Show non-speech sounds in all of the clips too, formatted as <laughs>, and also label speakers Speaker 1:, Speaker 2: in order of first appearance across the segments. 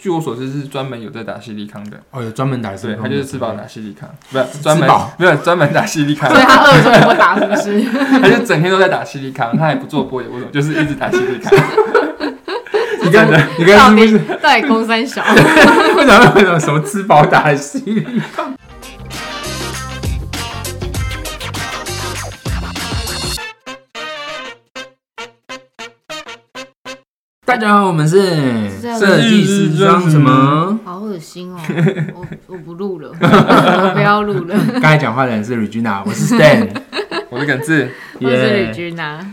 Speaker 1: 据我所知是专门有在打西利康的，
Speaker 2: 哦，有专门打
Speaker 1: 对
Speaker 2: 是
Speaker 1: 他就是吃饱打西利康，不是专门
Speaker 2: 吃饱
Speaker 1: 没有专门打西利康
Speaker 3: <laughs> 所，以
Speaker 2: 啊
Speaker 3: 他饿的时候也会打，是不是？
Speaker 1: 他就整天都在打西利康，他也不做播也不什么，就是一直打西利康。
Speaker 2: 你刚你刚
Speaker 3: 到
Speaker 2: 刚是不 <laughs>
Speaker 3: 底
Speaker 2: 是
Speaker 3: 到底公三小？
Speaker 2: 为什么为什么什么吃饱打西利康？ <laughs> 大家好，我们是
Speaker 3: 这样
Speaker 2: 设计师装什
Speaker 3: <laughs>
Speaker 2: 么？
Speaker 3: <laughs> 好恶心哦！我我不录了， <laughs> 我不
Speaker 2: <laughs>
Speaker 3: 要录了。
Speaker 2: 刚才讲话的人是 Regina，我是 Stan，
Speaker 1: <laughs> 我是耿志，
Speaker 3: <laughs> 我是
Speaker 2: 耶
Speaker 3: 李君啊，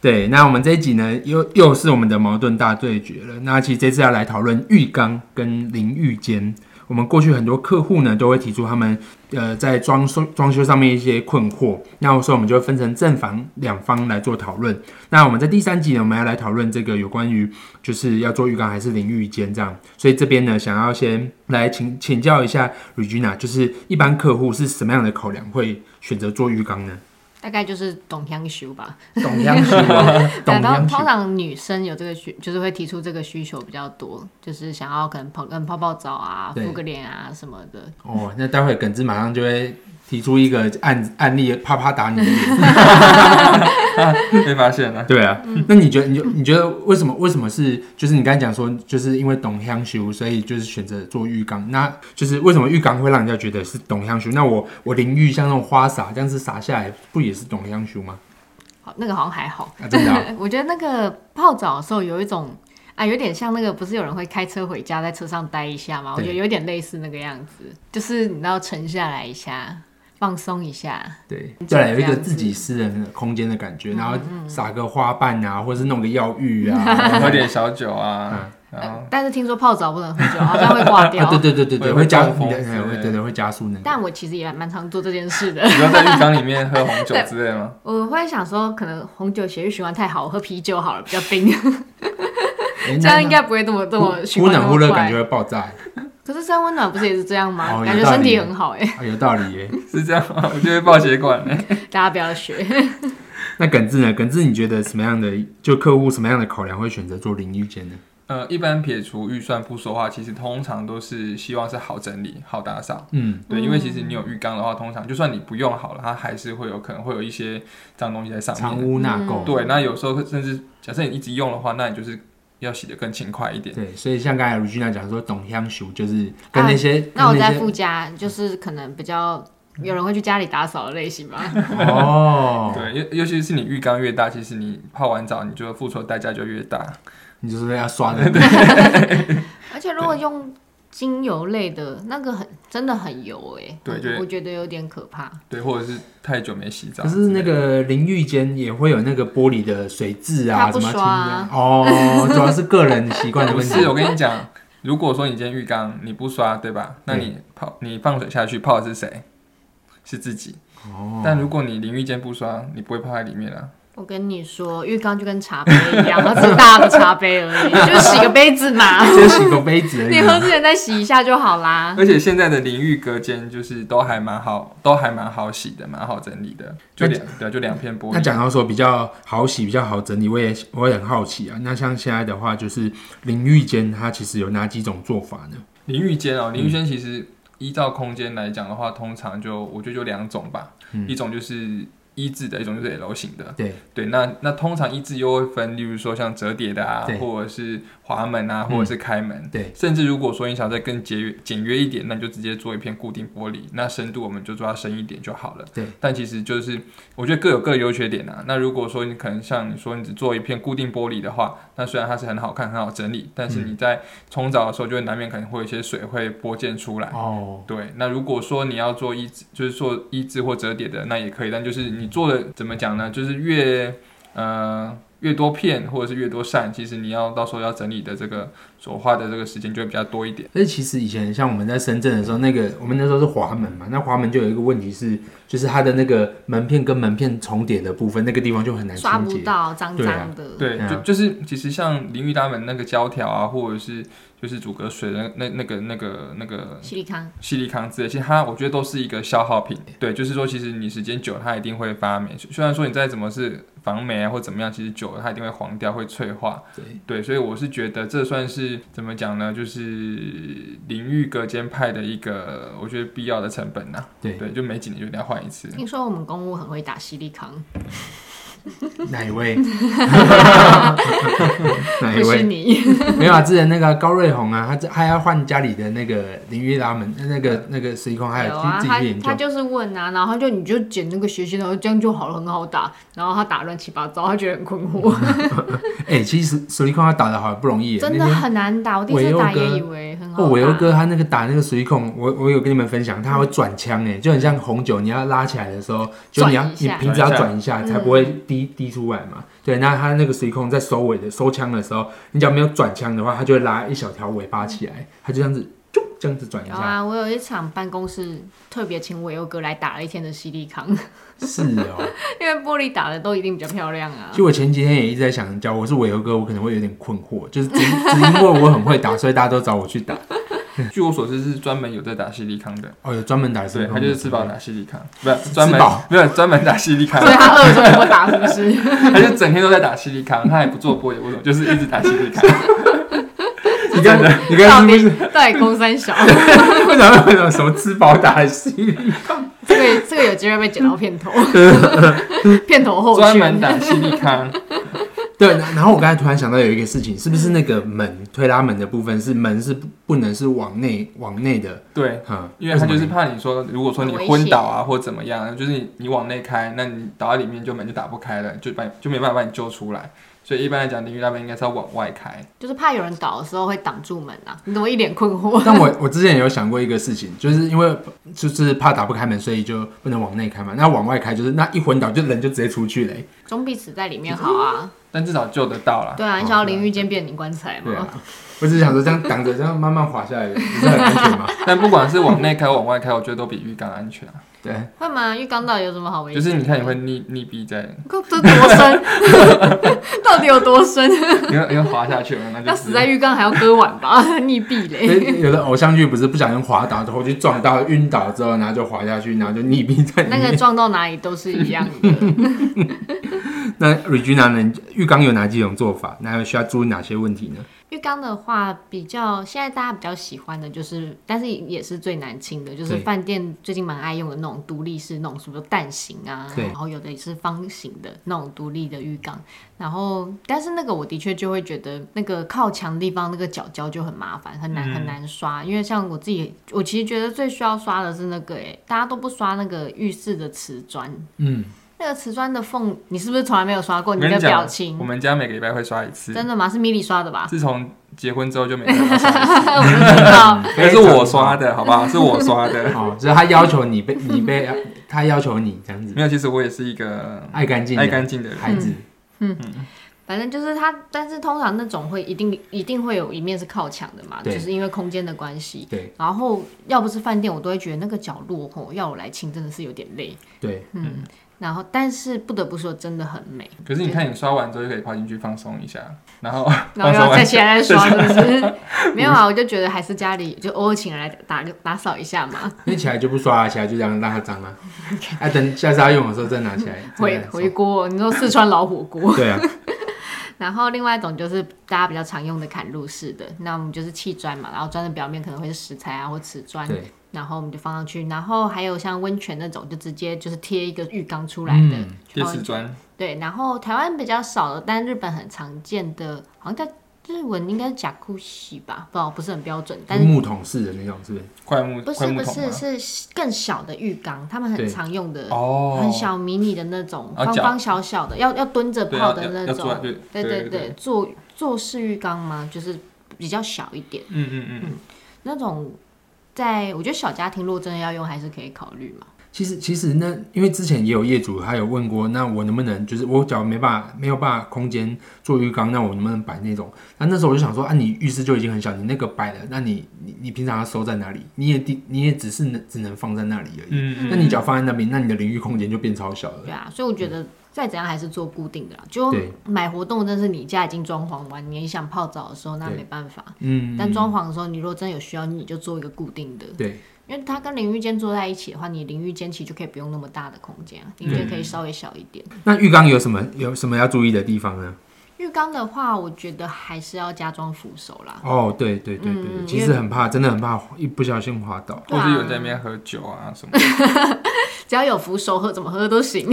Speaker 2: 对，那我们这一集呢，又又是我们的矛盾大对决了。那其实这次要来讨论浴缸跟淋浴间。我们过去很多客户呢，都会提出他们呃在装修装修上面一些困惑。那所以我们就会分成正反两方来做讨论。那我们在第三集呢，我们要来讨论这个有关于就是要做浴缸还是淋浴间这样。所以这边呢，想要先来请请教一下 Regina，就是一般客户是什么样的考量会选择做浴缸呢？
Speaker 3: 大概就是懂香修吧。
Speaker 2: <laughs> 懂央视吗懂
Speaker 3: 然后
Speaker 2: 央视
Speaker 3: 通常女生有这个需，就是会提出这个需求比较多，就是想要可能泡跟泡泡澡啊、
Speaker 2: 对
Speaker 3: 敷个脸啊什么的。
Speaker 2: 哦，那待会耿直马上就会提出一个案案例，啪啪打你的
Speaker 3: <laughs>
Speaker 2: 脸。
Speaker 1: <laughs> 被发现了。
Speaker 2: 对啊，那你觉得你觉你觉得为什么为什么是就是你刚才讲说就是因为懂香修，所以就是选择做浴缸，那就是为什么浴缸会让人家觉得是懂香修？那我我淋浴像那种花洒这样子洒下来，不也是懂香修吗？
Speaker 3: 好，那个好像还好。
Speaker 2: 啊，真的、
Speaker 3: <laughs>
Speaker 2: 啊，
Speaker 3: 我觉得那个泡澡的时候有一种啊，有点像那个，不是有人会开车回家，在车上待一下吗？我
Speaker 2: 对
Speaker 3: 觉得有点类似那个样子，就是你要沉下来一下，放松一下。
Speaker 2: 对，再来有一
Speaker 3: 这
Speaker 2: 个
Speaker 3: 样子嗯
Speaker 2: 自己私人的空间的感觉，然后撒个花瓣啊，或者是弄个药浴
Speaker 3: <laughs>
Speaker 2: 啊，
Speaker 1: 喝点小酒啊，
Speaker 2: 嗯
Speaker 1: 然后
Speaker 3: 呃但是听说泡澡不能喝酒，好像会挂
Speaker 2: <laughs>
Speaker 3: 掉。
Speaker 2: 啊，对对对对对，
Speaker 1: 会
Speaker 2: 会加
Speaker 1: 中风
Speaker 2: 你的
Speaker 1: 之类
Speaker 2: 哎
Speaker 1: 的
Speaker 2: 会对对会加速那个，
Speaker 3: 但我其实也蛮常做这件事的。 <laughs>
Speaker 1: 你说在浴缸里面喝红酒之类吗？ <laughs>
Speaker 3: 我会想说，可能红酒血液循环太好，我喝啤酒好了，比较
Speaker 2: <laughs>
Speaker 3: 冰，
Speaker 2: 哎
Speaker 3: 这
Speaker 2: 那
Speaker 3: 样应该不会这么这么循
Speaker 2: 忽
Speaker 3: 环那
Speaker 2: 冷忽
Speaker 3: 么
Speaker 2: 热感
Speaker 3: 快
Speaker 2: 觉。会爆炸、欸。
Speaker 3: 可是三温暖不是也是这样吗？
Speaker 2: 哦有
Speaker 3: 感觉
Speaker 2: 道
Speaker 3: 身体
Speaker 2: 理
Speaker 3: 很好哎、
Speaker 2: 啊，有道理耶。
Speaker 1: 是这样吗？我就会爆血管欸嘞。
Speaker 3: 大家不要学。
Speaker 2: 那耿志呢？耿志，你觉得什么样的就客户什么样的考量会选择做淋浴间呢？
Speaker 1: 呃，一般撇除预算不说话，其实通常都是希望是好整理、好打扫。
Speaker 2: 嗯，
Speaker 1: 对，因为其实你有浴缸的话，通常就算你不用好了，它还是会有可能会有一些脏东西在上
Speaker 2: 藏
Speaker 1: 面。啊
Speaker 2: 污
Speaker 3: 嗯
Speaker 2: 纳垢。
Speaker 1: 对，那有时候甚至假设你一直用的话，那你就是要洗得更勤快一点。
Speaker 2: 对，所以像刚才卢俊娜讲说，懂香熟就是跟那些、跟
Speaker 3: 啊那我
Speaker 2: 那
Speaker 3: 在
Speaker 2: 些
Speaker 3: 附加，就是可能比较有人会去家里打扫的类型吧。
Speaker 2: <laughs> 哦，
Speaker 1: 对，尤尤其是你浴缸越大，其实你泡完澡，你就付出的代价就越大。
Speaker 2: 你就是要刷的，对
Speaker 3: <laughs> 而且如果用精油类的，那个很真的很油哎、
Speaker 1: 对
Speaker 3: 我
Speaker 1: 对
Speaker 3: 我觉得有点可怕。
Speaker 1: 对，或者是太久没洗澡
Speaker 2: 可
Speaker 1: 之类的。
Speaker 2: 是那个淋浴间也会有那个玻璃的水渍啊，
Speaker 3: 他不
Speaker 2: 什么
Speaker 3: 刷啊
Speaker 2: 清洁哦，主要是个人习惯的
Speaker 1: 不
Speaker 2: <laughs> 问题。
Speaker 1: 是，我跟你讲，如果说你今天浴缸你不刷，对吧？那
Speaker 2: 嗯
Speaker 1: 你泡你放水下去泡的是谁？是自己。
Speaker 2: 哦，
Speaker 1: 但如果你淋浴间不刷，你不会泡在里面啊。
Speaker 3: 我跟你说，浴缸就跟茶杯一样，它只是大的茶杯而已，就是洗个杯子嘛。
Speaker 1: <laughs>
Speaker 2: 直接洗个杯子而已啊
Speaker 3: 你喝之前再洗一下就好啦。
Speaker 1: 而且现在的淋浴隔间就是都还蛮好，都还蛮好洗的，蛮好整理的，就两对，啊就两片玻
Speaker 2: 那
Speaker 1: 璃。
Speaker 2: 讲到说比较好洗、比较好整理，我也我也很好奇啊。那像现在的话，就是淋浴间它其实有哪几种做法呢？
Speaker 1: 淋浴间哦，淋浴间其实依照空间来讲的话，通常就我觉得就两种吧，一种就是一字的，一种就是 L 型的。
Speaker 2: 对
Speaker 1: 对，那那通常一字又会分，例如说像折叠的啊
Speaker 2: 对，嗯
Speaker 1: 或者是滑门啊，或者是开门。
Speaker 2: 对，
Speaker 1: 甚至如果说你想再更节约简约一点，那你就直接做一片固定玻璃，那深度我们就做到深一点就好了。
Speaker 2: 对，
Speaker 1: 但其实就是我觉得各有各的优缺点啊。那如果说你可能像你说你只做一片固定玻璃的话，那虽然它是很好看、很好整理，但
Speaker 2: 嗯
Speaker 1: 是你在冲澡的时候就会难免可能会有一些水会波溅出来。
Speaker 2: 哦，
Speaker 1: 对，那如果说你要做一字，就是做一字或折叠的，那也可以，但就是你做的怎么讲呢？就是越呃越多片或者是越多扇，其实你要到时候要整理的这个所花的这个时间就会比较多一点。
Speaker 2: 而且其实以前像我们在深圳的时候，那个我们那时候是滑门嘛，那滑门就有一个问题是，就是它的那个门片跟门片重叠的部分，那个地方就很难
Speaker 3: 刷
Speaker 2: 清
Speaker 3: 不
Speaker 2: 洁。
Speaker 3: 到，脏脏的。
Speaker 1: 啊对，
Speaker 2: 嗯
Speaker 1: 就就是其实像淋浴大门那个胶条啊，或者是就是阻隔水的那那个那个那个
Speaker 3: 西利康，
Speaker 1: 细粒康之类，其实它我觉得都是一个消耗品。对，就是说，其实你时间久，它一定会发霉。虽虽然说你再怎么是防霉啊或怎么样，其实久久，它一定会黄掉，会脆化。
Speaker 2: 对，
Speaker 1: 对，所以我是觉得这算是怎么讲呢？就是淋浴隔间派的一个，我觉得必要的成本呐、
Speaker 2: 对
Speaker 1: 对，就每几年就一定要换一次。
Speaker 3: 听说我们公务很会打犀利康，
Speaker 2: 哪一
Speaker 3: <laughs>
Speaker 2: 位？哪一
Speaker 1: 哎
Speaker 3: 不是
Speaker 2: 位？
Speaker 3: 你。
Speaker 2: 没有啊，之前那个高瑞红啊，他这他要换家里的那个淋浴拉门，那个那个水空，还
Speaker 3: 有
Speaker 2: 有
Speaker 3: 啊，
Speaker 2: 自己
Speaker 3: 他
Speaker 2: 哎去研究
Speaker 3: 他。就是问啊，然后他就你就剪那个斜线，然后这样就好了，很好打。然后他打乱七八糟，他觉得很困惑，
Speaker 2: 哎、其实水空他打的好不容易耶，
Speaker 3: 真的
Speaker 2: 那天
Speaker 3: 很难打。我第一
Speaker 2: 伟
Speaker 3: 次打
Speaker 2: 佑哥
Speaker 3: 也以为很好打。嗯
Speaker 2: 哦，伟欧哥他那个打那个水控，我我有跟你们分享，他会转枪哎，就很像红酒，你要拉起来的时候，就你要
Speaker 3: 转一
Speaker 2: 你
Speaker 3: 下
Speaker 2: 瓶子要转
Speaker 1: 转
Speaker 2: 一下，
Speaker 3: 嗯
Speaker 2: 才不会滴滴出来嘛。对，那他那个水控在收尾的收枪的时候，你只要没有转枪的话，他就会拉一小条尾巴起来，他就这样子就这样子转一
Speaker 3: 有
Speaker 2: 下。
Speaker 3: 啊，我有一场办公室特别请伟佑哥来打了一天的犀利康， <laughs>
Speaker 2: 是哦，
Speaker 3: 因为玻璃打的都一定比较漂亮啊
Speaker 2: 其。实我前几天也一直在想，假如我是伟欧哥，我可能会有点困惑，就是只只因为我很会打，所以大家都找我去打。嗯
Speaker 1: 据我所知，是专门有在打西利康的，
Speaker 2: 哦，有专门打水
Speaker 1: 对，
Speaker 2: 控
Speaker 1: 他
Speaker 2: 的，
Speaker 1: 就是吃饱打西利康，不是专门
Speaker 2: 饱，
Speaker 1: 不是专门打西利康
Speaker 2: <laughs>
Speaker 3: 所，以他饿着我打是不是？
Speaker 1: 他就整天都在打西利康，他也不做波也不懂，就是一直打西利
Speaker 2: <laughs>
Speaker 1: 康。
Speaker 2: 你看你看
Speaker 3: 到
Speaker 2: 是不
Speaker 3: 底
Speaker 2: 是？
Speaker 3: 到底公三小？
Speaker 2: <laughs> 为什么为什么什么吃饱打西利
Speaker 3: 这个这个有机会被剪到片头，片头后
Speaker 1: 专
Speaker 3: 续。
Speaker 1: 门打西利康，
Speaker 2: <laughs> 对，然然后我刚才突然想到有一个事情，是不是那个门推拉门的部分是门是不不能是往内往内的？
Speaker 1: 对，
Speaker 2: 嗯，
Speaker 1: 因为他就是
Speaker 2: 什么
Speaker 1: 怕你说，如果说你昏倒啊或怎么样，就是你你往内开，那你倒在里面就门就打不开了，就把就没办法把你救出来。所以一般来讲，淋浴那边应该是要往外开。
Speaker 3: 就是怕有人倒的时候会挡住门啊！你怎么一脸困惑？ <laughs>
Speaker 2: 但我我之前也有想过一个事情，就是因为就是怕打不开门，所以就不能往内开嘛。那往外开就是那一昏倒就人就直接出去嘞、
Speaker 3: 总比死在里面好啊！
Speaker 1: 但至少救得到啦。
Speaker 3: 对啊，你想要淋浴间变你棺材
Speaker 2: 对
Speaker 3: 吗？
Speaker 2: 啊，我只是想说这样挡着这样慢慢滑下来，不是很安全 <laughs> 吗？
Speaker 1: 但不管是往内开、往外开，我觉得都比浴缸安
Speaker 3: <laughs>
Speaker 1: 全啊。
Speaker 2: 对，
Speaker 3: 会吗？浴缸到底有什么好危
Speaker 1: 就
Speaker 3: 险？
Speaker 1: 是你
Speaker 3: <laughs>
Speaker 1: 看你会溺溺毙在，
Speaker 3: 这多深？到底有多深？ <laughs>
Speaker 1: 你会你会滑下去嘛，那就
Speaker 3: 要
Speaker 1: 是
Speaker 3: 死在浴缸还要割腕吧？ <laughs> 溺毙
Speaker 2: 所
Speaker 3: 嘞！
Speaker 2: 以有的偶像剧不是不小心滑倒，头就撞到晕倒之后，然后就滑下去，然后就溺毙在里
Speaker 3: 那
Speaker 2: 面。
Speaker 3: 个撞到哪里都是一样的。
Speaker 2: 那 Regina 呢？浴缸有哪几种做法？那需要注意哪些问题呢？
Speaker 3: 浴缸的话，比较现在大家比较喜欢的就是，但是也是最难清的，就是
Speaker 2: 对
Speaker 3: 饭店最近蛮爱用的那种独立式那种什么蛋形啊，
Speaker 2: 对
Speaker 3: 然后有的也是方形的那种独立的浴缸。然后，但是那个我的确就会觉得那个靠墙的地方那个角角就很麻烦，很难
Speaker 1: 嗯
Speaker 3: 很难刷。因为像我自己，我其实觉得最需要刷的是那个、欸，大家都不刷那个浴室的瓷砖。
Speaker 2: 嗯，
Speaker 3: 那个瓷砖的缝，你是不是从来没有刷过？
Speaker 1: 我
Speaker 3: 你
Speaker 1: 跟
Speaker 3: 的
Speaker 1: 你
Speaker 3: 表
Speaker 1: 讲，
Speaker 3: 情
Speaker 1: 我们家每个礼拜会刷一次，
Speaker 3: 真的吗？是米莉刷的吧？
Speaker 1: 自从结婚之后就每个礼拜
Speaker 3: <laughs>
Speaker 1: 刷一次，
Speaker 3: 我不知道。
Speaker 1: 那是我刷的，好不好？是我刷的。
Speaker 3: <laughs>
Speaker 2: 哦，所以他要求你被你被他要求你这样子
Speaker 1: 没有，其实我也是一个
Speaker 2: 爱干净的
Speaker 1: 爱干净的人。
Speaker 2: 孩子，
Speaker 3: 反正就是它，但是通常那种会一定一定会有一面是靠墙的嘛，就
Speaker 2: 对
Speaker 3: 是因为空间的关系。
Speaker 2: 对
Speaker 3: 然后要不是饭店，我都会觉得那个角落吼要我来清真的是有点累。
Speaker 2: 对，
Speaker 3: 然后，但是不得不说真的很美，
Speaker 1: 可是你看，你刷完之后就可以泡进去放松一下，然后 <laughs>
Speaker 3: 然后
Speaker 1: 放松
Speaker 3: 要再
Speaker 1: 完
Speaker 3: 起来再刷，是不是？没有啊，我就觉得还是家里就偶尔请人来打个打扫一下嘛，
Speaker 2: 因为起来就不刷啊，起来就这样让它脏
Speaker 3: <laughs>
Speaker 2: 啊。啊，等下次要用的时候再拿起来。
Speaker 3: 回
Speaker 2: 再来
Speaker 3: 回锅。你说四川老火锅，
Speaker 2: 对啊，
Speaker 3: 然后另外一种就是大家比较常用的砍入式的，那我们就是砌砖嘛，然后砖的表面可能会是石材啊或瓷砖，
Speaker 2: 对
Speaker 3: 然后我们就放上去，然后还有像温泉那种，就直接就是贴一个浴缸出来的，
Speaker 2: 嗯
Speaker 1: 贴瓷砖，
Speaker 3: 对，然后台湾比较少的，但日本很常见的，好像叫日文应该是甲库洗吧，不知道不是很标准， <laughs> 但是。
Speaker 2: 木桶式的那种是不是？
Speaker 1: 快木
Speaker 3: 不
Speaker 1: 快
Speaker 3: 是
Speaker 1: 木
Speaker 3: 不
Speaker 1: 桶吗？
Speaker 3: 是是更小的浴缸，他们
Speaker 2: 对
Speaker 3: 很常用的，
Speaker 1: 哦
Speaker 3: 很小迷你的那种，
Speaker 1: 啊
Speaker 3: 方
Speaker 1: 脚
Speaker 3: 方小小的，要要蹲着
Speaker 1: 对
Speaker 3: 泡
Speaker 1: 要
Speaker 3: 的
Speaker 1: 要
Speaker 3: 那
Speaker 1: 要
Speaker 3: 种
Speaker 1: 坐在对，
Speaker 3: 对
Speaker 1: 对
Speaker 3: 对
Speaker 1: 对
Speaker 3: 对，坐坐式浴缸嘛，就是比较小一点
Speaker 1: 嗯嗯嗯，
Speaker 3: 那种在，我觉得小家庭如果真的要用，还是可以考虑嘛。
Speaker 2: 其实其实那因为之前也有业主他有问过，那我能不能就是我假如没办法没有办法空间做浴缸，那我能不能摆那种？那那时候我就想说啊，你浴室就已经很小，你那个摆了，那你你你平常要收在哪里？你也地你也只是能只能放在那里而已。
Speaker 1: 嗯
Speaker 2: 那你只要放在那边，那你的淋浴空间就变超小了。
Speaker 3: 对啊，所以我觉得再怎样还是做固定的啦。就
Speaker 2: 呃对
Speaker 3: 买活动，真是你家已经装潢完，你想泡澡的时候那
Speaker 2: 对
Speaker 3: 没办法。
Speaker 2: 嗯，
Speaker 3: 但装潢的时候，你如果真的有需要，你就做一个固定的，
Speaker 2: 对
Speaker 3: 因为它跟淋浴间坐在一起的话，你淋浴间其实就可以不用那么大的空间啊，淋浴间可以稍微小一点。
Speaker 2: 那浴缸有什么有什么要注意的地方呢？
Speaker 3: 浴缸的话，我觉得还是要加装扶手啦。
Speaker 2: 哦，对对对对，
Speaker 3: 嗯
Speaker 2: 其实很怕，真的很怕一不小心滑倒。
Speaker 3: 对
Speaker 1: 或
Speaker 3: 啊
Speaker 1: 是有人在那边喝酒啊什么的。
Speaker 3: 只要有扶手，喝怎么喝都行。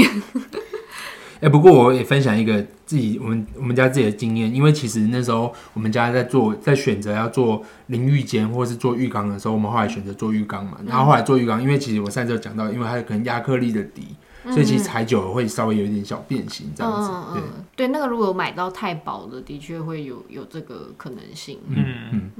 Speaker 2: 哎、不过我也分享一个自己我们我们家自己的经验，因为其实那时候我们家在做在选择要做淋浴间或是做浴缸的时候，我们后来选择做浴缸嘛，然后后来做浴缸，因为其实我上次有讲到，因为它可能亚克力的底，所以其实踩久了会稍微有一点小变形这样子。对，
Speaker 3: 嗯，对，那个如果买到太薄的，的确会有有这个可能性。
Speaker 1: 嗯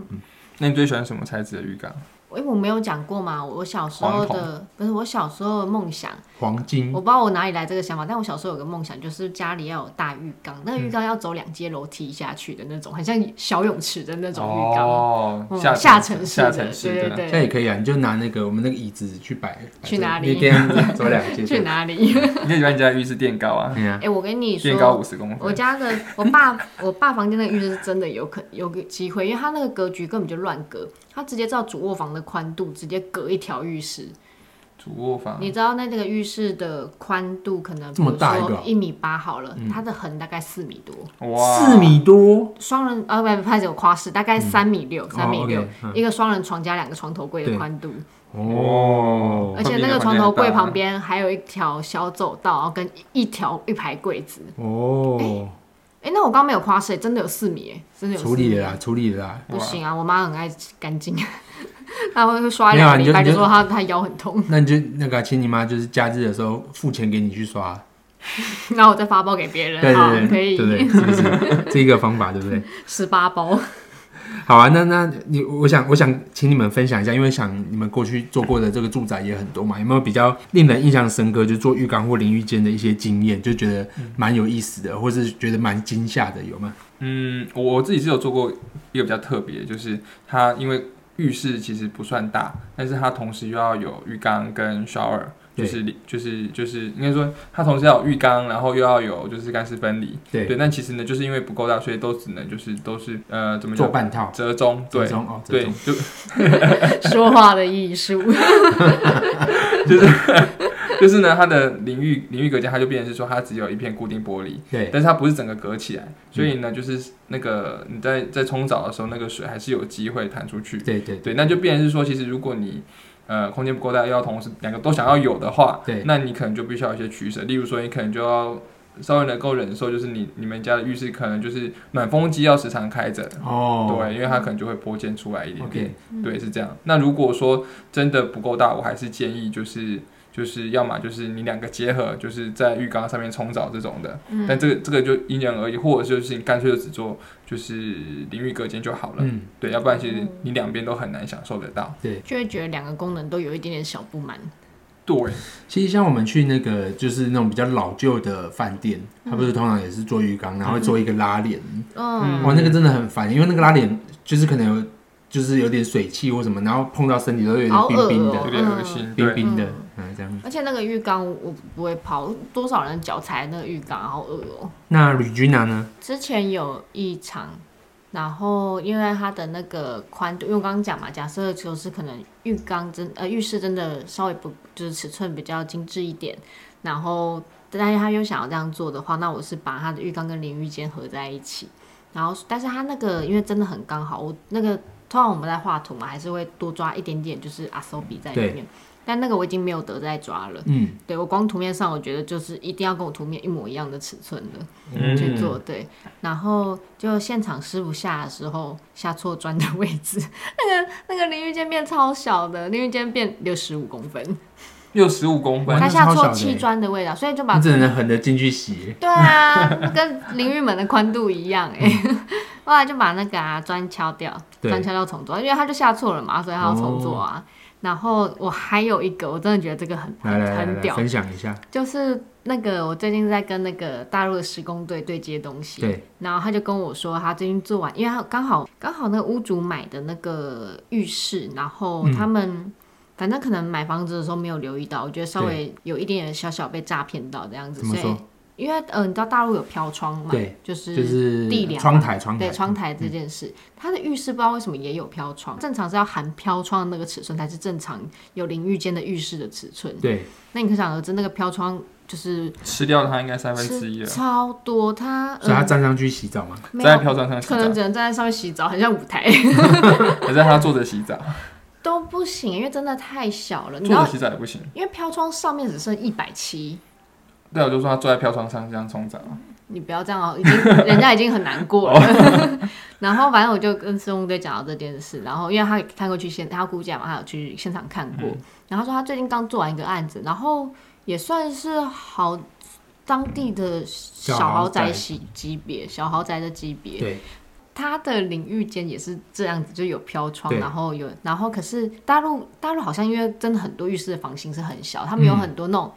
Speaker 1: 那你最喜欢什么材质的浴缸？
Speaker 3: 哎、我没有讲过嘛，我小时候的不是我小时候的梦想，
Speaker 2: 黄金
Speaker 3: 我不知道我哪里来这个想法，但我小时候有个梦想，就是家里要有大浴缸，
Speaker 1: 嗯
Speaker 3: 那个浴缸要走两阶楼梯下去的那种，很像小泳池的那种浴缸，
Speaker 1: 哦
Speaker 3: 嗯，
Speaker 1: 下
Speaker 3: 下
Speaker 1: 层
Speaker 3: 沉式
Speaker 1: 下
Speaker 3: 的，
Speaker 1: 层式
Speaker 3: 对
Speaker 1: 的，
Speaker 3: 对
Speaker 2: 那也可以啊，你就拿那个我们那个椅子去摆，摆
Speaker 3: 去
Speaker 2: 着
Speaker 3: 哪里
Speaker 2: 你也可以这
Speaker 3: <laughs>
Speaker 2: 样走两
Speaker 3: 对，
Speaker 2: 阶。
Speaker 3: 去哪里？ <laughs>
Speaker 1: 你可以把你家的浴室垫高啊，
Speaker 2: 对呀、
Speaker 3: 哎、我跟你
Speaker 1: 垫高
Speaker 3: 说，
Speaker 1: 五十公
Speaker 3: 我
Speaker 1: 分。
Speaker 3: 家的我爸我爸房间那个浴室是真的有可有个机会，因为他那个格局根本就乱隔，他直接照主卧房的宽度直接隔一条浴室。
Speaker 1: 主卧房
Speaker 3: 你知道那这个浴室的宽度可能
Speaker 2: 啊这么大一个嗯
Speaker 3: 一米八好了，它的横大概四米多，
Speaker 1: 哇，
Speaker 2: 四米多，
Speaker 3: 双人啊不不拍子有夸饰，大概三米六、三米六、
Speaker 2: 嗯哦，OK，
Speaker 3: 一个双人床加两个床头柜
Speaker 2: 对
Speaker 3: 的宽度，
Speaker 2: 哦，
Speaker 3: 而且那个床头柜旁边还有一条小走道，然后跟一条一排柜子。
Speaker 2: 哦，
Speaker 3: 哎、那我刚刚没有夸饰，真的有四米哎，真的有
Speaker 2: 处
Speaker 3: 四米
Speaker 2: 理了啦，处理了啦。
Speaker 3: 不行啊，我妈很爱干净， <laughs> 她会刷
Speaker 2: 没有啊
Speaker 3: 两个礼拜
Speaker 2: 你就
Speaker 3: 就说她她腰很痛， <laughs>
Speaker 2: 那你就那个啊请你妈，就是假日的时候付钱给你去刷，
Speaker 3: 然后我再发包给别人，
Speaker 2: 对
Speaker 3: 好
Speaker 2: 对对，
Speaker 3: 可以
Speaker 2: 对对，是不是 <laughs> 这一个方法，对不对？
Speaker 3: 十八包。 <laughs>
Speaker 2: 好啊，那那你我想我想请你们分享一下，因为想你们过去做过的这个住宅也很多嘛，有没有比较令人印象深刻，就做浴缸或淋浴间的一些经验，就觉得蛮有意思的，或是觉得蛮惊吓的，有吗？
Speaker 1: 嗯，我我自己是有做过一个比较特别，就是它因为浴室其实不算大，但是它同时又要有浴缸跟 shower，
Speaker 2: 对
Speaker 1: 就是里就是就是应该说它同时要有浴缸，然后又要有就是干湿分离。
Speaker 2: 对，
Speaker 1: 对，但其实呢，就是因为不够大，所以都只能就是都是呃怎么
Speaker 2: 做
Speaker 1: 讲
Speaker 2: 半套，
Speaker 1: 折中，
Speaker 2: 折
Speaker 1: 对
Speaker 2: 中哦，折
Speaker 1: 对 <laughs>
Speaker 2: 中，，
Speaker 1: 就
Speaker 3: 说话的艺术。
Speaker 1: 就是呢，它的淋浴淋浴隔间它就变成是说它只有一片固定玻璃，
Speaker 2: 对，
Speaker 1: 但是它不是整个隔起来，所以呢，就是那个你在在冲澡的时候，那个水还是有机会弹出去。
Speaker 2: 对对
Speaker 1: 对，那就变成是说，其实如果你呃空间不够大，又要同时两个都想要有的话，
Speaker 2: 对
Speaker 1: 那你可能就必须要有一些取舍。例如说，你可能就要稍微能够忍受，就是你你们家的浴室可能就是暖风机要时常开着，
Speaker 2: 哦，
Speaker 1: 对，因为它可能就会波溅出来一点点。
Speaker 2: OK
Speaker 3: 嗯
Speaker 1: 对，是这样。那如果说真的不够大，我还是建议就是。就是要么就是你两个结合，就是在浴缸上面冲澡这种的，
Speaker 3: 嗯
Speaker 1: 但这个这个就因人而异，或者就是你干脆就只做就是淋浴隔间就好了，
Speaker 2: 嗯，
Speaker 1: 对，要不然其
Speaker 3: 哦
Speaker 1: 实你两边都很难享受得到。
Speaker 3: 就会觉得两个功能都有一点点小不满。
Speaker 1: 对，
Speaker 2: 其实像我们去那个就是那种比较老旧的饭店，它不是通常也是做浴缸，然后会做一个拉帘，
Speaker 3: 嗯，
Speaker 2: 哇，那个真的很烦，因为那个拉帘就是可能有就是有点水汽或什么，然后碰到身体都有点
Speaker 3: 好
Speaker 2: 冰
Speaker 3: 恶
Speaker 2: 冰的，
Speaker 3: 哦
Speaker 1: 有点恶心。
Speaker 2: 冰
Speaker 1: 对，
Speaker 2: 冰的
Speaker 3: 嗯，
Speaker 2: 嗯，这样。
Speaker 3: 而且那个浴缸我不会泡，多少人脚踩那个浴缸，好恶哦、
Speaker 2: 那吕君娜呢？
Speaker 3: 之前有一场，然后因为它的那个宽度，因为我刚刚讲嘛，假设就是可能浴缸真呃浴室真的稍微不就是尺寸比较精致一点，然后但是他又想要这样做的话，那我是把他的浴缸跟淋浴间合在一起，然后但是他那个因为真的很刚好，我那个通常我们在画图嘛，还是会多抓一点点就是阿 s 比在里面，但那个我已经没有得再抓了。
Speaker 2: 嗯，
Speaker 3: 对我光图面上，我觉得就是一定要跟我图面一模一样的尺寸的。
Speaker 2: 嗯
Speaker 3: 去做，对，然后就现场师傅下的时候下错砖的位置， <laughs> 那个那个淋浴间变超小的，淋浴间变六十五公分，
Speaker 1: 六十五公
Speaker 2: 哇
Speaker 1: 分
Speaker 2: 那
Speaker 3: 他下
Speaker 2: 超小
Speaker 3: 错
Speaker 2: 的欸
Speaker 3: 砌砖的位置，啊所以就把
Speaker 2: 你只能横着进去洗。
Speaker 3: 对啊， <laughs> 那跟淋浴门的宽度一样哎、 <laughs> 后来就把那个啊砖敲掉，
Speaker 2: 嗯对哦
Speaker 3: 砖敲掉重做，因为他就下错了嘛，所以他要重做啊。然后我还有一个，我真的觉得这个很
Speaker 2: 来来来
Speaker 3: 很
Speaker 2: 来，
Speaker 3: 屌，
Speaker 2: 分享一下。
Speaker 3: 就是那个我最近在跟那个大陆的施工队对接东西，
Speaker 2: 对，
Speaker 3: 然后他就跟我说，他最近做完，因为他刚好刚好那个屋主买的那个浴室，然后
Speaker 2: 嗯
Speaker 3: 他们、反正可能买房子的时候没有留意到，我觉得稍微有一点点小小被诈骗到这样子，
Speaker 2: 怎么
Speaker 3: 所以
Speaker 2: 说？
Speaker 3: 因为呃，你知道大陆有飘窗嘛，
Speaker 2: 对，
Speaker 3: 就是
Speaker 2: 就是
Speaker 3: 地梁
Speaker 2: 窗台，窗台嗯
Speaker 3: 对，窗台这件事，它的浴室不知道为什么也有飘窗，正常是要含飘窗的那个尺寸才是正常有淋浴间的浴室的尺寸。
Speaker 2: 对，
Speaker 3: 那你可想而知，那个飘窗就是
Speaker 1: 吃掉它应该三分之一
Speaker 3: 吃
Speaker 1: 了，
Speaker 3: 超多，它
Speaker 2: 所以他
Speaker 3: 嗯
Speaker 2: 站上去洗澡嘛，
Speaker 3: 没
Speaker 1: 在
Speaker 3: 有，
Speaker 1: 飘船上洗
Speaker 3: 可能
Speaker 1: 澡，
Speaker 3: 只能站在上面洗澡，很像舞台 <laughs>
Speaker 1: 还在它坐着洗澡，
Speaker 3: 都不行，因为真的太小了。你知
Speaker 1: 坐
Speaker 3: 道
Speaker 1: 着，洗澡也不行。
Speaker 3: 因为飘窗上面只剩一百七，
Speaker 1: 对啊，我就说他坐在飘窗上这样冲澡，
Speaker 3: 你不要这样哦，已经人家已经很难过了。
Speaker 2: 哦
Speaker 3: <laughs> 然后反正我就跟师兄队讲到这件事，然后因为他也看过去现，他估价嘛，他有去现场看
Speaker 2: 嗯
Speaker 3: 过，然后他说他最近刚做完一个案子，然后也算是豪当地的小豪
Speaker 2: 小豪宅
Speaker 3: 宅级级别，小豪宅的级别，
Speaker 2: 对，
Speaker 3: 它的淋浴间也是这样子，就有飘窗，
Speaker 2: 对
Speaker 3: 然后有，然后可是大陆大陆好像因为真的很多浴室的房型是很小，
Speaker 2: 嗯
Speaker 3: 他们有很多那种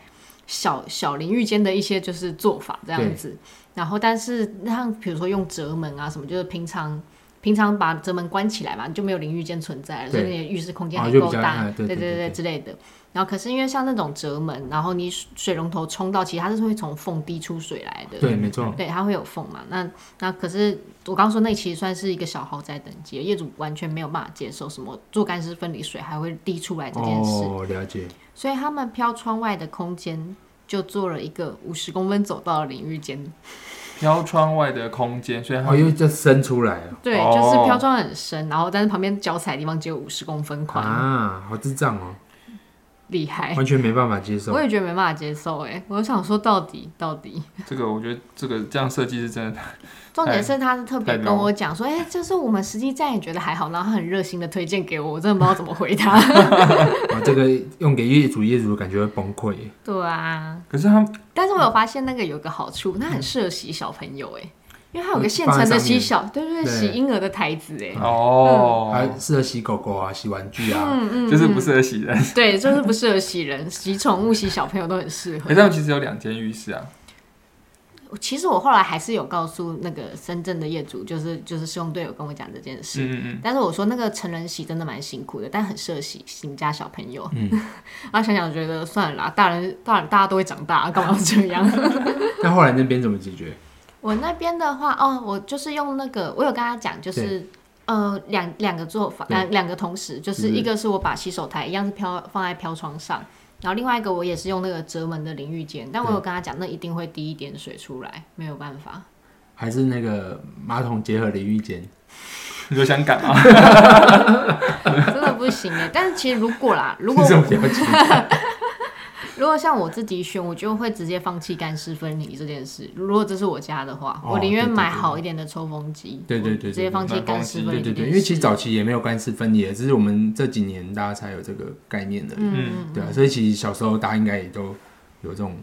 Speaker 3: 小、小淋浴间的一些就是做法这样子，然后但是像比如说用折门啊什么，就是平常平常把折门关起来嘛，就没有淋浴间存在了，所
Speaker 2: 对
Speaker 3: 以你的浴室空间
Speaker 2: 哦
Speaker 3: 还
Speaker 2: 就比
Speaker 3: 够
Speaker 2: 较
Speaker 3: 大，
Speaker 2: 哎对
Speaker 3: 对
Speaker 2: 对对对
Speaker 3: 之类的。然后可是因为像那种折门，然后你水水龙头冲到，其实它是会从缝滴出水来的，
Speaker 2: 对，没错，
Speaker 3: 对，它会有缝嘛。那那可是我刚刚说那其实算是一个小豪宅等级，业主完全没有办法接受什么做干湿分离水还会滴出来这件事，
Speaker 2: 哦，了解，
Speaker 3: 所以他们飘窗外的空间就做了一个五十公分走道的淋浴间。
Speaker 1: 飘窗外的空间，所以他
Speaker 2: 哦，因为这伸出来了
Speaker 3: 对，
Speaker 1: 哦
Speaker 3: 就是飘窗很深，然后但是旁边脚踩的地方只有五十公分宽，
Speaker 2: 啊，好智障哦，
Speaker 3: 厉害。
Speaker 2: 完全没办法接受
Speaker 3: 哎我。也觉得没办法接受哎、我想说到底到底，
Speaker 1: 这个我觉得这个这样设计是真的，
Speaker 3: 重点是他是特别
Speaker 1: 太
Speaker 3: 跟
Speaker 1: 高
Speaker 3: 我讲说，哎、就是我们实际站也觉得还好，然后他很热心的推荐给我，我真的不知道怎么回
Speaker 2: <laughs>
Speaker 3: 他。
Speaker 2: 哦，这个用给业主，业主感觉会崩溃耶。
Speaker 3: 对啊，
Speaker 1: 可是他们
Speaker 3: 但是我有发现那个有一个好处，它很适合洗小朋友哎、因为它有个现
Speaker 2: 放在
Speaker 3: 成的
Speaker 2: 上
Speaker 3: 洗
Speaker 2: 面
Speaker 3: 小，对
Speaker 2: 对
Speaker 3: 对对，洗婴儿的台子哎、
Speaker 1: 哦，
Speaker 2: 嗯还适合洗狗狗啊，洗玩具啊，
Speaker 3: 嗯嗯，
Speaker 1: 就是不适合洗人。
Speaker 3: 嗯 <laughs> 对，就是不适合洗人，洗宠物、洗小朋友都很适合
Speaker 1: 哎，。他们其实有两间浴室啊，
Speaker 3: 其实我后来还是有告诉那个深圳的业主，就是就是师兄队友跟我讲这件事。
Speaker 1: 嗯嗯
Speaker 3: 但是我说那个成人洗真的蛮辛苦的，但很适合洗洗你家小朋友。嗯， <laughs> 然后想想觉得算了啦，大人大人大家都会长大，干嘛要这样？嗯
Speaker 2: 那后来那边怎么解决？
Speaker 3: 我那边的话，哦，我就是用那个，我有跟他讲，就是呃两两个做法，
Speaker 2: 对
Speaker 3: 两两个同时，就是一个是我把洗手台一样是飘放在飘窗上，然后另外一个我也是用那个折门的淋浴间，但我有跟他讲，那一定会滴一点水出来，没有办法。 <laughs>
Speaker 2: 还是那个马桶结合淋浴间？
Speaker 1: 嗯，你说香港啊？
Speaker 3: 真的不行哎。但是其实如果
Speaker 2: <laughs>
Speaker 3: 啦，如果
Speaker 2: 这种比较奇怪
Speaker 3: 如果像我自己选，我就会直接放弃干湿分离这件事。如果这是我家的话，
Speaker 2: 哦
Speaker 3: 我宁愿
Speaker 2: 对对
Speaker 3: 买
Speaker 2: 对
Speaker 3: 好一点的抽风机，
Speaker 2: 对对对
Speaker 3: 我
Speaker 2: 对
Speaker 3: 直接放弃
Speaker 1: 暖风
Speaker 3: 干湿
Speaker 1: 机
Speaker 3: 分
Speaker 2: 对
Speaker 3: 离这
Speaker 2: 对
Speaker 3: 件事。
Speaker 2: 对，因为其实早期也没有干湿分离的，只是我们这几年大家才有这个概念的。
Speaker 1: 嗯，
Speaker 2: 对啊，所以其实小时候大家应该也都有这种。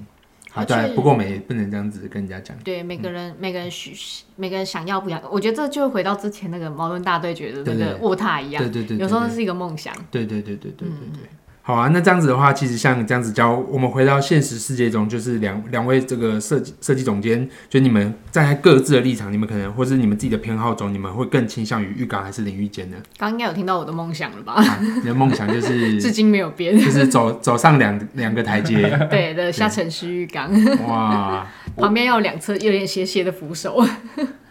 Speaker 2: 啊，
Speaker 3: 而
Speaker 2: 对啊，
Speaker 3: 且
Speaker 2: 不过我们也不能这样子跟人家讲。
Speaker 3: 对，每个人、每个人需每个人想要不一样，我觉得这就回到之前那个矛盾大对决的
Speaker 2: 对
Speaker 3: 那个
Speaker 2: 对
Speaker 3: 卧榻一
Speaker 2: 对
Speaker 3: 样，
Speaker 2: 对对对，
Speaker 3: 有时候
Speaker 2: 对
Speaker 3: 是一个梦
Speaker 2: <laughs>
Speaker 3: 想。
Speaker 2: 对对对对对对对。
Speaker 3: 嗯
Speaker 2: 好啊，那这样子的话，其实像这样子教，我们回到现实世界中，就是两两位这个设计设计总监，就你们站在各自的立场，你们可能或是你们自己的偏好中，你们会更倾向于浴缸还是淋浴间呢？ <laughs>
Speaker 3: 刚刚应该有听到我的梦想了吧？
Speaker 2: 啊、你的梦想就
Speaker 3: <laughs> 至
Speaker 2: 是
Speaker 3: 今没有
Speaker 2: <laughs>
Speaker 3: 变。
Speaker 2: 就是走走上两两个台阶，
Speaker 3: 对的，下沉式浴缸 <laughs>
Speaker 2: 哇，
Speaker 3: 旁边要有两侧有点斜斜的扶手。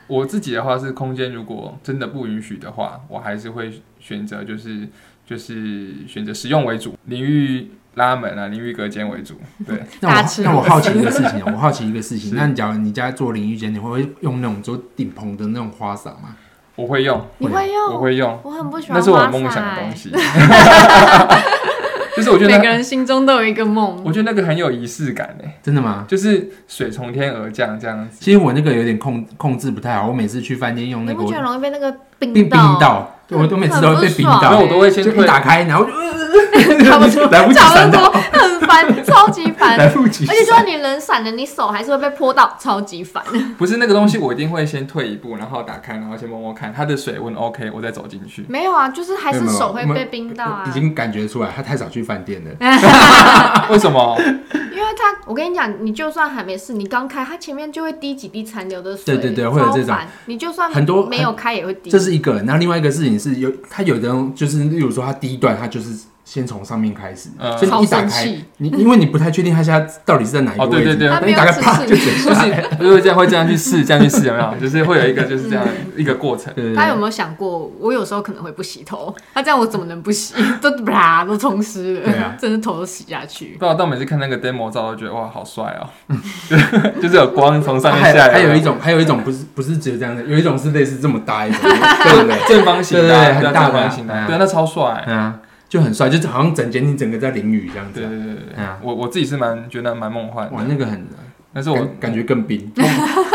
Speaker 1: 我自己的话是空间，如果真的不允许的话，我还是会选择就是就是选择实用为主，淋浴拉门啊，淋浴隔间为主。对，
Speaker 2: 那我
Speaker 3: 大吃
Speaker 2: 那我
Speaker 3: 螺丝
Speaker 2: 好奇一个事情，啊我好奇一个事情，
Speaker 1: 是
Speaker 2: 那你假如你家做淋浴间，你会不会用那种做顶棚的那种花洒吗？
Speaker 1: 我会用，
Speaker 3: 你会
Speaker 1: 我
Speaker 3: 用？
Speaker 1: 会用，
Speaker 3: 我很不哦喜欢
Speaker 1: 那是我
Speaker 3: 花
Speaker 1: 梦
Speaker 3: 洒
Speaker 1: 想的
Speaker 3: 欸
Speaker 1: 东西。 <laughs> 就是我觉
Speaker 3: 每个
Speaker 1: 得，
Speaker 3: 人心中都有一个梦。
Speaker 1: 我觉得那个很有仪式感诶，
Speaker 2: 真的吗？
Speaker 1: 就是水从天而降这样子。
Speaker 2: 其实我那个有点控控制不太好，我每次去饭店用
Speaker 3: 你
Speaker 2: 那个
Speaker 3: 不
Speaker 2: 我
Speaker 3: 觉得容易被
Speaker 2: <laughs>
Speaker 3: 那个冰
Speaker 2: 病病
Speaker 3: 到？
Speaker 2: 到，对我都每次都会被病
Speaker 1: 然
Speaker 3: 很
Speaker 2: 到
Speaker 3: 不
Speaker 1: 后
Speaker 3: 爽，
Speaker 1: 我都会先
Speaker 2: 就
Speaker 1: 退
Speaker 2: 一，打开，然后就
Speaker 3: <laughs> 差不多
Speaker 2: <laughs> 来不及
Speaker 3: 差
Speaker 2: 闪
Speaker 3: 不
Speaker 2: 到
Speaker 3: <laughs> 多，
Speaker 2: <laughs>
Speaker 3: 很烦，超级烦。
Speaker 2: 来不及
Speaker 3: 而。且就算你人闪了，你手还是会被泼到，超级烦。
Speaker 1: 不是那个东西，我一定会先退一步，然后打开，然后先摸摸看它的水温 OK，我再走进去。 <laughs>
Speaker 3: 没有啊，就是还是
Speaker 2: 没有
Speaker 3: 手会
Speaker 2: 我们
Speaker 3: 被冰到啊。
Speaker 2: 已经感觉出来，他太少去饭店了。
Speaker 1: 为什么？
Speaker 3: 因为它，我跟你讲，你就算还没事，你刚开，它前面就会滴几滴残留的水，
Speaker 2: 对对对会有
Speaker 3: 超
Speaker 2: 这种
Speaker 3: 烦。你就算
Speaker 2: 很多
Speaker 3: 没有开也会滴。
Speaker 2: 这是一个，那另外一个事情是有，他有的人就是，例如说他第一段他就是先从上面开始，
Speaker 1: 嗯
Speaker 2: 所以你
Speaker 3: 超
Speaker 2: 一打
Speaker 3: 生
Speaker 2: 开，
Speaker 3: 气，
Speaker 2: 你因为你不太确定它现在到底是在哪一个
Speaker 1: 哦对
Speaker 2: 位置，
Speaker 1: 对对
Speaker 3: 它
Speaker 2: 但你打
Speaker 3: 没有
Speaker 2: 开啪
Speaker 3: 指示
Speaker 2: 就直接
Speaker 1: 就是就是这样会这样去试，这样去试有没有？就是会有一个就是这样一个过程。
Speaker 2: 对对
Speaker 3: 大家
Speaker 2: 对
Speaker 3: 有没有想过，我有时候可能会不洗头，那这样我怎么能不洗？都啪都冲湿了，
Speaker 2: 对啊
Speaker 3: <laughs> 真是头都洗下去。
Speaker 1: 不知道，但每次看那个 demo 照都觉得哇，好帅哦， <laughs> 就是有光从上面
Speaker 2: 还有
Speaker 1: 下来，
Speaker 2: 还有一种，还有一种不是不是只有这样的，有一种是类似这么
Speaker 1: <laughs>
Speaker 2: 大一种，对不对？
Speaker 1: 正方形的啊，
Speaker 2: 对
Speaker 1: 对啊
Speaker 2: 对对很
Speaker 1: 正
Speaker 2: 大的啊
Speaker 1: 方形的啊，
Speaker 2: 嗯
Speaker 1: 对啊，那超帅。
Speaker 2: 嗯啊，就很帅，就是好像整间你整个在淋雨这样子
Speaker 1: 对
Speaker 2: 啊。
Speaker 1: 对对对对
Speaker 2: 嗯啊，
Speaker 1: 我我自己是蛮觉得蛮梦幻
Speaker 2: 哇，
Speaker 1: 的，
Speaker 2: 那个很，
Speaker 1: 但是
Speaker 2: <laughs>
Speaker 1: 我
Speaker 2: 感感觉更冰。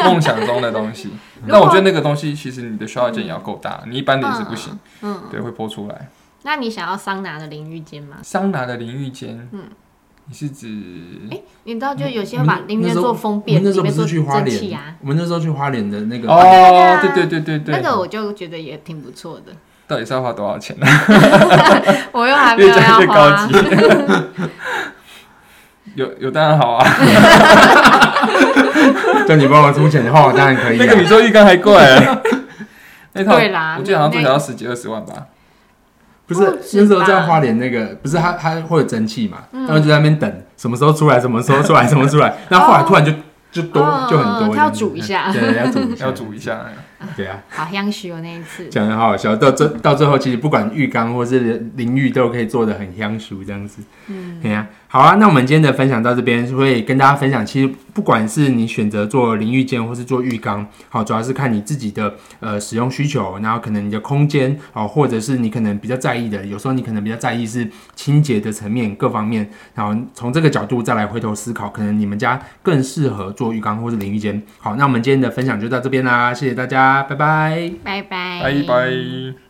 Speaker 1: 梦想中的东西。那我觉得那个东西其实你的需要件也要够大，你一般的也是不行，
Speaker 3: 嗯，
Speaker 1: 对，会泼出来。
Speaker 3: 那你想要桑拿的淋浴间吗？
Speaker 1: 桑拿的淋浴间，
Speaker 3: 嗯
Speaker 1: 你是指
Speaker 3: 哎，你知道就有些人把淋浴间做封
Speaker 2: 我们
Speaker 3: 闭，
Speaker 2: 那时
Speaker 3: 里
Speaker 2: 候不
Speaker 3: 面
Speaker 2: 是
Speaker 3: 做
Speaker 2: 去花
Speaker 3: 蒸汽
Speaker 2: 莲
Speaker 3: 啊，，
Speaker 2: 我们那时候去花莲的那个，
Speaker 1: 哦，
Speaker 3: 对
Speaker 1: 对
Speaker 3: 啊
Speaker 1: 对对对对
Speaker 3: 那，个我就觉得也挺不错的。
Speaker 1: 到底是要花多少钱呢？
Speaker 3: 我又还没
Speaker 1: 越
Speaker 3: 有
Speaker 1: 讲
Speaker 3: 要
Speaker 1: 越高
Speaker 3: 花
Speaker 1: 级，。 <laughs> 有有当然好啊，
Speaker 2: <laughs> 叫你帮我出钱的话，我当然可以
Speaker 1: 那个
Speaker 2: 啊。
Speaker 1: 比做浴缸还
Speaker 3: <laughs>
Speaker 1: 贵。那套
Speaker 3: 对啦
Speaker 1: 我记得好像最少
Speaker 3: 那
Speaker 1: 要十几二十万吧。
Speaker 2: 不是
Speaker 3: 哦
Speaker 2: 那时候在花莲那个，不是他他会有蒸汽嘛，
Speaker 3: 嗯
Speaker 2: 然后就在那边等什么时候出来，什么时候出来，什么时候出来，然后后来突然就就多
Speaker 3: 哦
Speaker 2: 就很多，
Speaker 3: 他要煮一下
Speaker 2: 对，要煮一下，
Speaker 1: 要煮一下，
Speaker 2: 对啊。
Speaker 3: 好香许哦那一次。
Speaker 2: 讲的好好笑，到最到最后，其实不管浴缸或是淋浴都可以做的很香熟这样子。嗯，对呀、好啊。那我们今天的分享到这边，会跟大家分享，其实不管是你选择做淋浴间或是做浴缸，好，主要是看你自己的呃使用需求，然后可能你的空间哦，或者是你可能比较在意的，有时候你可能比较在意是清洁的层面各方面，然后从这个角度再来回头思考，可能你们家更适合做浴缸或是淋浴间。好，那我们今天的分享就到这边啦，谢谢大家，拜拜。
Speaker 3: 拜拜，
Speaker 1: 拜拜。